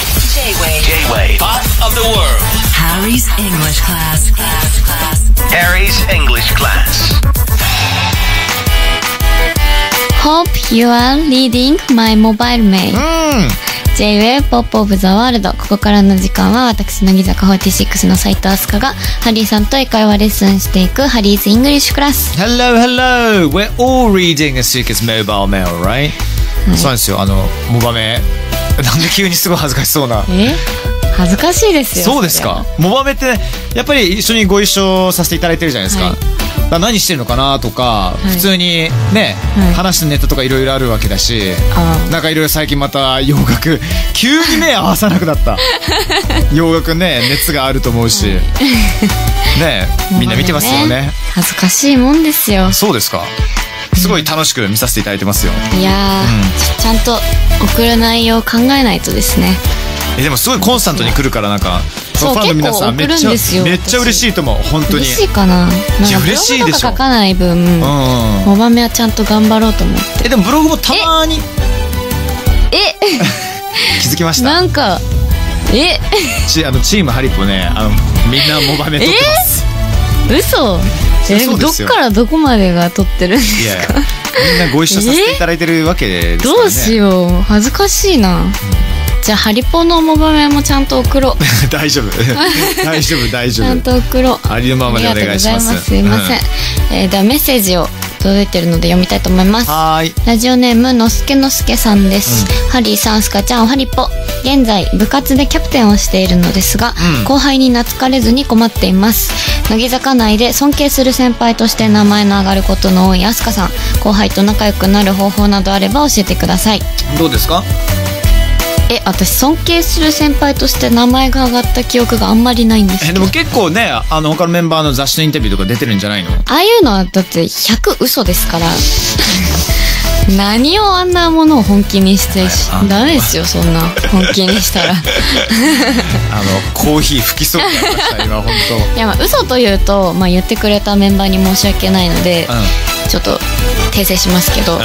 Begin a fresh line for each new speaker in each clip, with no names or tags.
J-Wave.
J-Wave. Top of the world.
Harry's English class. class, class.
Harry's English class.
Hope you are reading my mobile mail.
うん。
J-Wave Pop of the World ここからの時間は私乃木坂46の斉藤飛鳥がハリーさんと英会話レッスンしていくハリーズイングリッシュクラス
Hello, hello! We're all reading Asuka's mobile mail, right?、そうなんですよ、あの、モバメ。なんで急にすごい恥ずかしそ うな。
え恥ずかしいですよ
そうですか。モバメって、ね、やっぱり一緒にご一緒させていただいてるじゃないですか。
はい
だから何してるのかなとか、
い
普通にね、
はい
話すネタとかいろいろあるわけだし
あー
なんかいろいろ最近また洋楽 急に目合わさなくなった 洋楽ね熱があると思うし、ねみんな見てます よね
恥ずかしいもんですよ
そうですかすごい楽しく見させていただいてますよ
いやー、ちゃんと送る内容を考えないとですね
えでもすごいコンスタントに来るからなんか
そう
ファンの皆さんめ
結構送
っちゃ
るんですよ
めっちゃ嬉しいと思う本当に
嬉しいかななんか
いや
ブロ
嬉しい
グと
で
か
しょ
書かない分
うん
モバメはちゃんと頑張ろうと思って
えでもブログもたまに
え
気づきました
なんかえ
ちあのチームハリポねあのみんなモバメ撮って ま
嘘
すそりゃ
え
そうで
どっ
すよ
からどこまでが撮ってるんで
い
す
やいや
か
みんなご一緒させていただいてるわけですからね
どうしよう恥ずかしいなじゃあハリポのモバメもちゃんと送ろう
大丈夫 大丈夫大
ち
丈
ゃん
夫
と送ろう
ありのままでお願いします
ありがとうございますすいません、えーではメッセージを届いてるので読みたいと思います
はーい
ラジオネームのすけのすけさんです、ハリーさんすかちゃんおはりっぽ現在部活でキャプテンをしているのですが、
うん
後輩に懐かれずに困っています乃木坂内で尊敬する先輩として名前の上がることの多いあすかさん後輩と仲良くなる方法などあれば教えてください
どうですか
え私尊敬する先輩として名前が上がった記憶があんまりないんです
え
け
で
ど
も結構ねあの他のメンバーの雑誌のインタビューとか出てるんじゃないの
ああいうのはだって100嘘ですから 何をあんなものを本気にしてし
あの
ダメですよそんな本気にした らい
あのコーヒー吹きそうになりました今本
やまあ嘘というと、まあ、言ってくれたメンバーに申し訳ないので、
当うん
ちょっと訂正しますけど、
う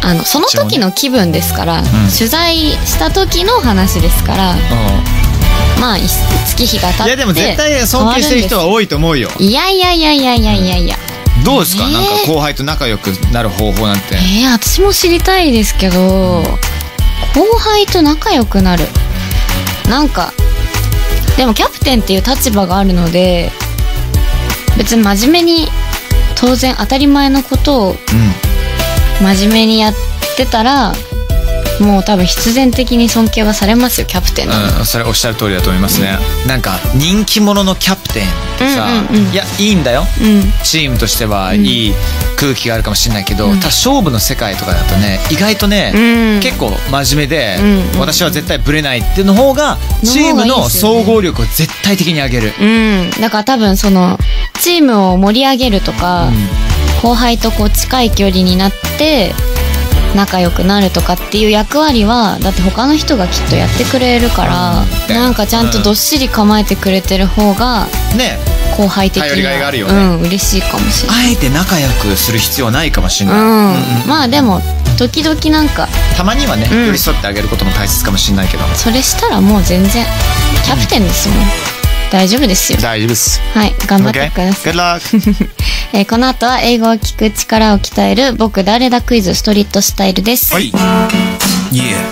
あのその時の気分ですから、取材した時の話ですから
んうん
まあい月日が経って
い
い
やでも絶対尊敬してる人は多いと思うよ
いやいやいやいやいやいやいや
どうですか、
ねえ
なんか後輩と仲良くなる方法なんて
えー、私も知りたいですけど後輩と仲良くなるなんかでもキャプテンっていう立場があるので別に真面目に当然当たり前のことを真面目にやってたらもう多分必然的に尊敬はされますよキャプテン
う
なの
ん、うん、それおっしゃる通りだと思いますね、なんか人気者のキャプテンってさ、
うんうんうん
いやいいんだよ
うん
チームとしてはいい空気があるかもしれないけど、ただ勝負の世界とかだとね意外とね、
うん
結構真面目で、
うんうん
私は絶対ブレないっていうの方がチー
の方がい
ム
い
の
ですよ
総
ね
合力を絶対的に上げる、
うん、だから多分そのチームを盛り上げるとか、後輩とこう近い距離になって仲良くなるとかっていう役割はだって他の人がきっとやってくれるから、
うん
なんかちゃんとどっしり構えてくれてる方が
ね
後輩的には
頼りがいがあるよね
うん嬉しいかもしれない。
あえて仲良くする必要はないかもしれ
う
ない、
ん
うんうん
まあでも時々なんか
たまにはね、
うん
寄り添ってあげることも大切かもしれないけど
それしたらもう全然キャプテンですもん、大丈夫ですよ
大丈夫です
はい頑張ってください
Good luck
えーこの後は英語を聞く力を鍛える僕誰だクイズストリートスタイルです。
はい
Yeah.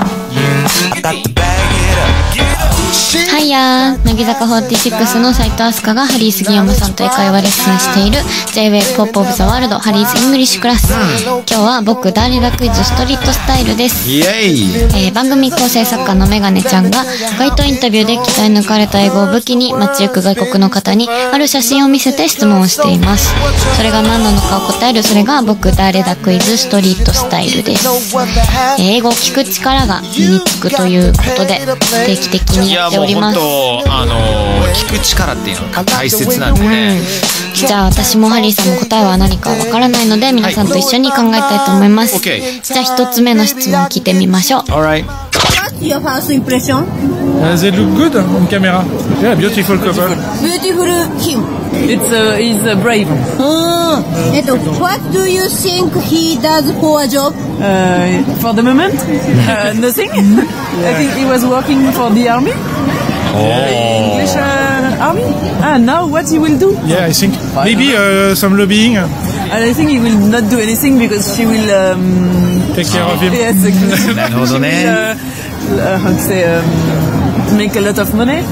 はいやー、乃木坂46の斉藤飛鳥がハリー杉山さんと英会話レッスンしている J-Wave Pop of the World ハリーズイングリッシュクラス。今日は僕誰だクイズストリートスタイルです。
イエイ
えー番組構成作家のメガネちゃんが街頭インタビューで鍛え抜かれた英語を武器に街行く外国の方にある写真を見せて質問をしていますそれが何なのかを答えるそれが僕誰だクイズストリートスタイルですえー英語を聞く力が身につくということで定期的に
い
や
や
って
も
お
う
りま
本
す
当あのー聞く力っていうのが大切なんでね、
じゃあ私もハリーさんも答えは何かわからないので皆さんと一緒に考えたいと思います、
OK
じゃあ一つ目の質問を聞いてみましょう
Alright
What's your first impression?
Euh, Uh, they look good on camera. Yeah, beautiful couple.
Beautiful him.
It's uh, he's uh, brave.
Mm. And what do you think he does for a job?
Uh, for the moment, uh, nothing. I think he was working for the army, English uh, army. And now what he will do?
Yeah, I think maybe uh, some lobbying.
And I think he will not do anything because she will. Um,
Take care of him.
yes, exactly.
Na no,
she
no,
will, uh, uh, how to say. Um, make a lot of money.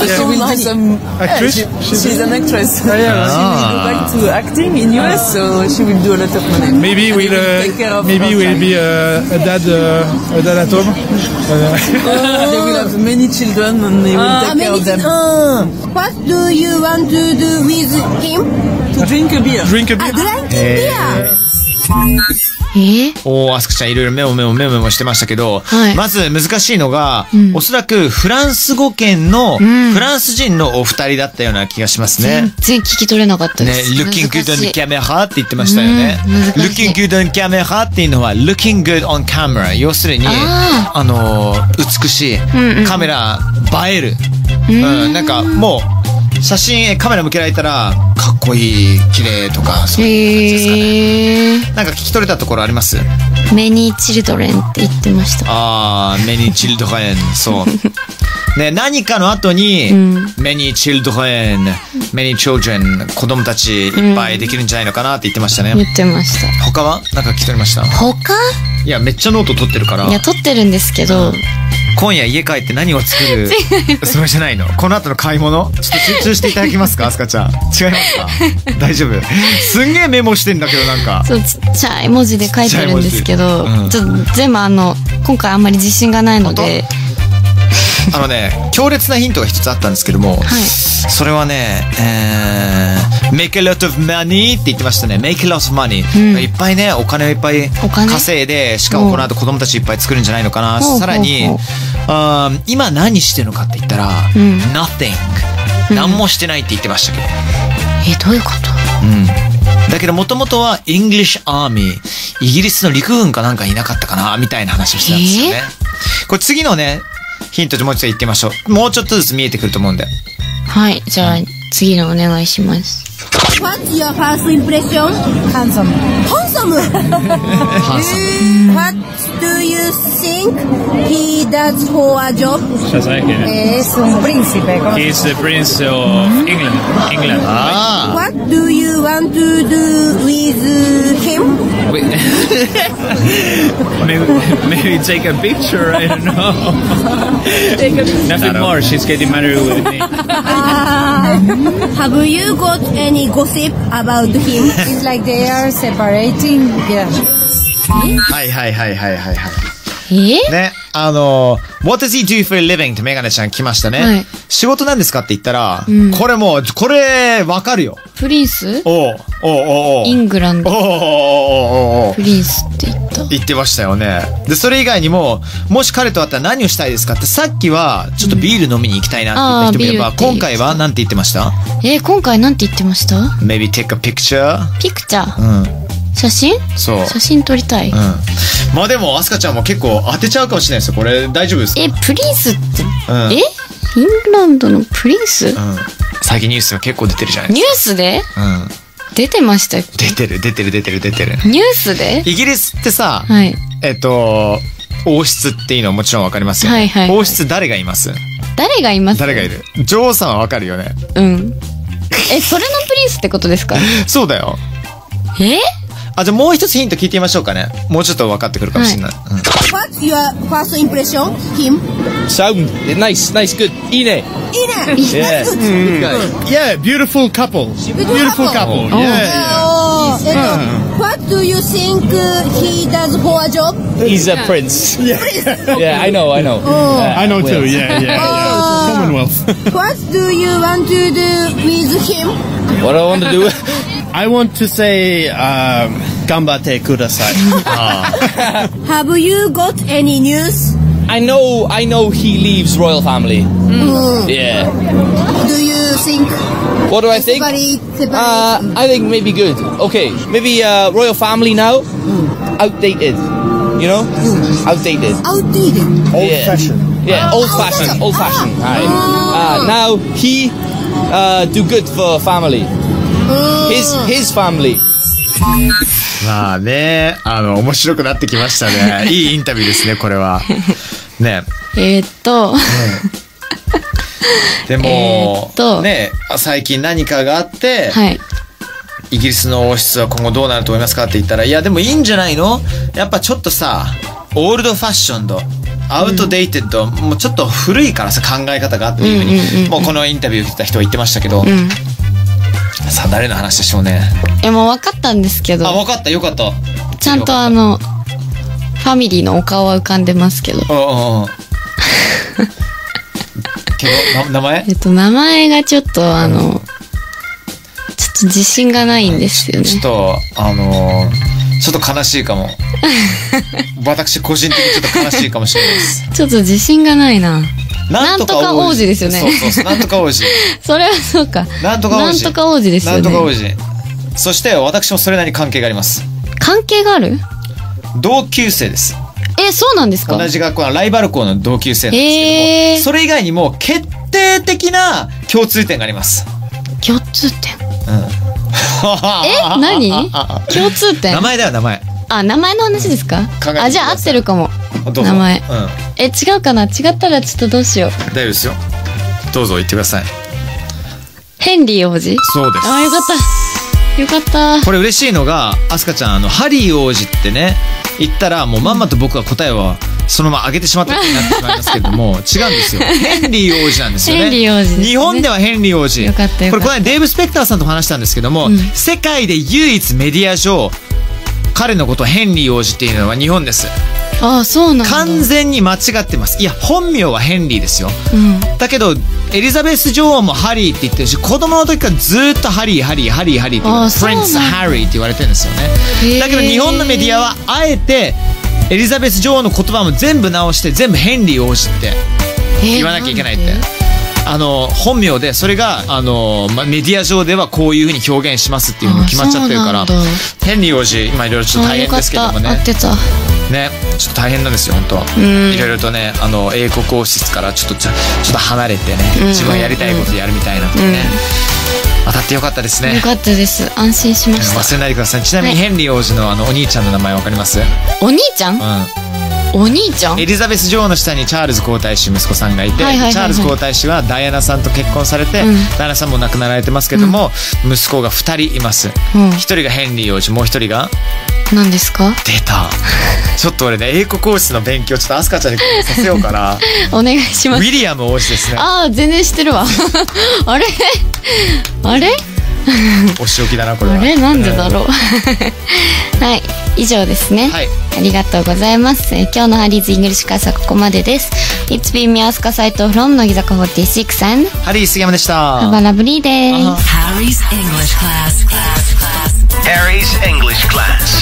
But she will do some.
Actress?
Yeah, she- she's an actress.
Oh,
She will
Ah.
go back to acting in US, so she will do a lot of money.
Maybe
And he
we'll
will take care
uh,
of
maybe
her
we'll
child.
be uh, a dad uh, a dad at home. Uh,
they will have many children and they will take care of them.
Mm. What do you want to do with him?
To drink a beer.
drink a bit.
Drink beer.
え
おー、アスクちゃんいろいろメモメモメモメモしてましたけど、
はい
まず難しいのが、おそらくフランス語圏の、フランス人のお二人だったような気がしますね。
全然聞き取れなかったで
ね、
す。
looking
難
good
し
on
い
camera って言ってましたよね。
うん難しい
looking good on camera っていうのは、looking good on camera。要するに、あ
あ
のー、美しい、カメラ映える。うん、なんかもう、写真、カメラ向けられたら、かっこいい、綺麗とか、そういう感じですかね。
へえ
なんか聞き取れたところあります
ー。メニーチルドレンって言ってました。
あー、メニーチルドレン、 そう。ね、何かの後に、メニーチルドレン、メニーチョージェン、子供たちいっぱいできるんじゃないのかなって言ってましたね。
言ってました。
他はなんか聞き取りました
他
いや、めっちゃノート取ってるから
い、や、撮ってるんですけど、
今夜家帰って何を作るそれじゃないのこの後の買い物ちょっと集中していただけますか、アスカちゃん。違いますか大丈夫すんげえメモしてんだけど、なんか。
そう、ちっちゃい文字で書いてるんですけど、
ちっち
ちょっと全部あの、今回あんまり自信がないので、
あのね、強烈なヒントが一つあったんですけども、
い
それはね、えー、make a lot of money って言ってましたね。make a lot of money、いっぱいね、お金をいっぱい
お金
稼いで、しかもこの後子供たちいっぱい作るんじゃないのかな。
ほうほうほう
さらに、あー今何してるのかって言ったら、
ん
nothing。何もしてないって言ってましたけど。
え、どういうこと
だけどもともとは English Army イギリスの陸軍かなんかにいなかったかなみたいな話をしてたんですよね、これ次のねヒントでもうちょっと言ってみましょうもうちょっとずつ見えてくると思うんで
はい、じゃあ次のお願いします。
What's your first impression? Handsome. Handsome. Mm, what do you think he does for a job? Es un príncipe.
He's the prince of England. England.
あ
What do you want to do with him?
Maybe, maybe take a picture. I don't know. Nothing more. She's getting married with me.
Have you got any gossip about him? It's like they are separating. Yeah.
あはいはいはいはいはいは
え
いねあのー What does he do for a living? ってメガネちゃん来ましたね、
はい
仕事なんですかって言ったら、これもうこれわかるよ
プリンス
おうおうおうおう
イングラン
おう
ド。
おうおうおうおう
プリンスって言った。
言ってましたよね。で、それ以外にも、もし彼と会ったら何をしたいですかって、さっきは、ちょっとビール飲みに行きたいなって言った人もいれば、
うんあービールっていう
今回は、なんて言ってました
えー、今回なんて言ってました
?maybe take a picture?
ピクチャー。
うん。
写真
そう。
写真撮りたい。
うん。まあでも、アスカちゃんも結構当てちゃうかもしれないですよ。これ、大丈夫ですか
え、プリンスって、
うん
えイングランドのプリンス、
うん。最近ニュースが結構出てるじゃない
ニ
で
ュースです
か。うん。
出てましたっけ
出てる、出てる、出てる、出てる。
ニュースで
イギリスってさ、
はい。
えっと、王室っていうのはもちろんわかりますよね。
はいはいはい
王室誰がいます
誰がいます
誰がいる女王さんはわかるよね。
うん。え、それのプリンスってことですか
そうだよ。
え
あ、じゃあもう一つヒント聞いてみましょうかね。もうちょっと分かってくるかもしれない。
What's your first impression? Him?
Sound nice, nice, good. Ine.
Ina.
Yeah.
Good.
Yeah, beautiful couple. Hmm. Beautiful couple. Yeah.
Oh, and, uh, what do you think uh, he does for a job?
He's a prince. Yeah. I know, I know. Uh,
I know too.
Wales.
Yeah, yeah, yeah.
Oh.
Commonwealth.
What do you want to do with him?
What I want to do?
I want to say, um, gambate kudasai.
Have you got any news?
I know, I know he leaves royal family. Yeah.
Do you think
What do I think?
everybody separate?
Uh, I think maybe good. Okay, maybe uh, royal family now.
Hmm.
Outdated. You know? Outdated.
outdated? Ah,
Old fashioned. Yeah, old fashioned. Old fashioned. Aye. Uh, now he uh, do good for family. His his family.
まあね、あの、面白くなってきました ね。いいインタビューですね、これは。ね。
えーっと、
で
えー
も
っ、と
ね、最近何かがあって、
はい。
イギリスの王室は今後どうなると思いますかって言ったら、いや、でもいいんじゃないのやっぱちょっとさ、オールドファッションと、アウトデイテッド、もうちょっと古いからさ、考え方がっていうふうに、もうこのインタビュー来た人は言ってましたけど、さあ、誰の話でしょうね。
え、もう分かったんですけど
あ、、わかった、よかった。
ちゃんとあの、ファミリーのお顔は浮かんでますけど。
うんうんうん。けど、な名前
えっと、名前がちょっとあの、ちょっと自信がないんですよね。
ちょっと、あのーちょっと悲しい かも。私個人的にちょっと悲しいかもしれない です。
ちょっと自信がないな。なんとか王子ですよね
そうそうそう、なんとか 王子。
それはそうか。
なんとか王子。
なんとか王子ですよね。
なんとか王子。そして私もそれなりに関係があります。
関係がある
同級生です。
え、そうなんですか
同じ学校のライバル校の同級生なんですけ
へ
ど
ー
も、それ以外にも決定的な共通点があります。
共通点。え
え
何 共通点
名前だよ、名前。
あ、名前の話ですか
考えてください
あ、じゃあ合ってるかも。
どうぞ。
名前
うん。
え、違うかな違ったらちょっとどうしよう。
大丈夫ですよ。どうぞ言ってください。
ヘンリー王子
そうです。
あ、よかった。よかった。
これ嬉しいのが、アスカちゃん、あの、ハリー王子ってね、言ったら、もうまんまと僕は答えは、そのまま上げてしまったことになってしまいますけれ ども、違うんですよ。ヘンリー王子なんですよね。
ヘンリー王子ですね
日本ではヘンリー王子。
よかったよ
こ
か
れ、
った
この間デーブ・スペクターさんとも話したんですけども、世界で唯一メディア上、彼のことをヘンリー王子っていうのは日本です。
あ、そうなんだ。
完全に間違ってます。いや、本名はヘンリーですよ。
うん。
だけどエリザベス女王もハリーって言ってるし子供の時からずーっとハリーハリーハリーハリーって言わ
あ
れ
ー
てプリン
そう
ス
なんだ
ハリーって言われてるんですよ
へ
ね
ー
だけど日本のメディアはあえてエリザベス女王の言葉も全部直して全部ヘンリー王子って
え
言わなきゃいけないって
んで
あの本名でそれがあの、ま、メディア上ではこういうふうに表現しますっていうのが決まっちゃってるから
あそうなんだ
ヘンリー王子今いろいろちょっと
あ、
大
よ
変
かっ
ですけど
た。
も
合
ね
ってた。
ね、ちょっと大変なんですよ本当はいろいろとねあの英国王室からちょっとちょちょっと離れてね、自分がやりたいことやるみたいなことね、当たってよかったですね
よかったです。安心しました。
忘れないでくださいちなみに
はい
ヘンリー王子のあのお兄ちゃんの名前わかります、
お兄ちゃん
う
お兄ちゃん
ん、エリザベス女王の下にチャールズ皇太子息子さんがいて、
はいはいはいはい
チャールズ皇太子はダイアナさんと結婚されて、ダイアナさんも亡くなられてますけども、息子が2人います、
うん
1人がヘンリー王子もう1人が
何ですか
出たちょっと俺ね英国王室の勉強ちょっとアスカちゃんにさせようかな
お願いし
ウ
ます。
ィリアム王子ですね。
ああ、全然知ってるわ。 あれあれ
お仕置きだな、これは。
あれなんでだろう。 はい、以上ですね。
はい
ありがとうございます。えー今日のハリーズイングリッシュクラスはここまでです。It's been me, Asuka Saito from 乃木坂46 and
うんハリー杉山でした。
Have a lovely day.
Harry's English class. class, class.
Harry's English class.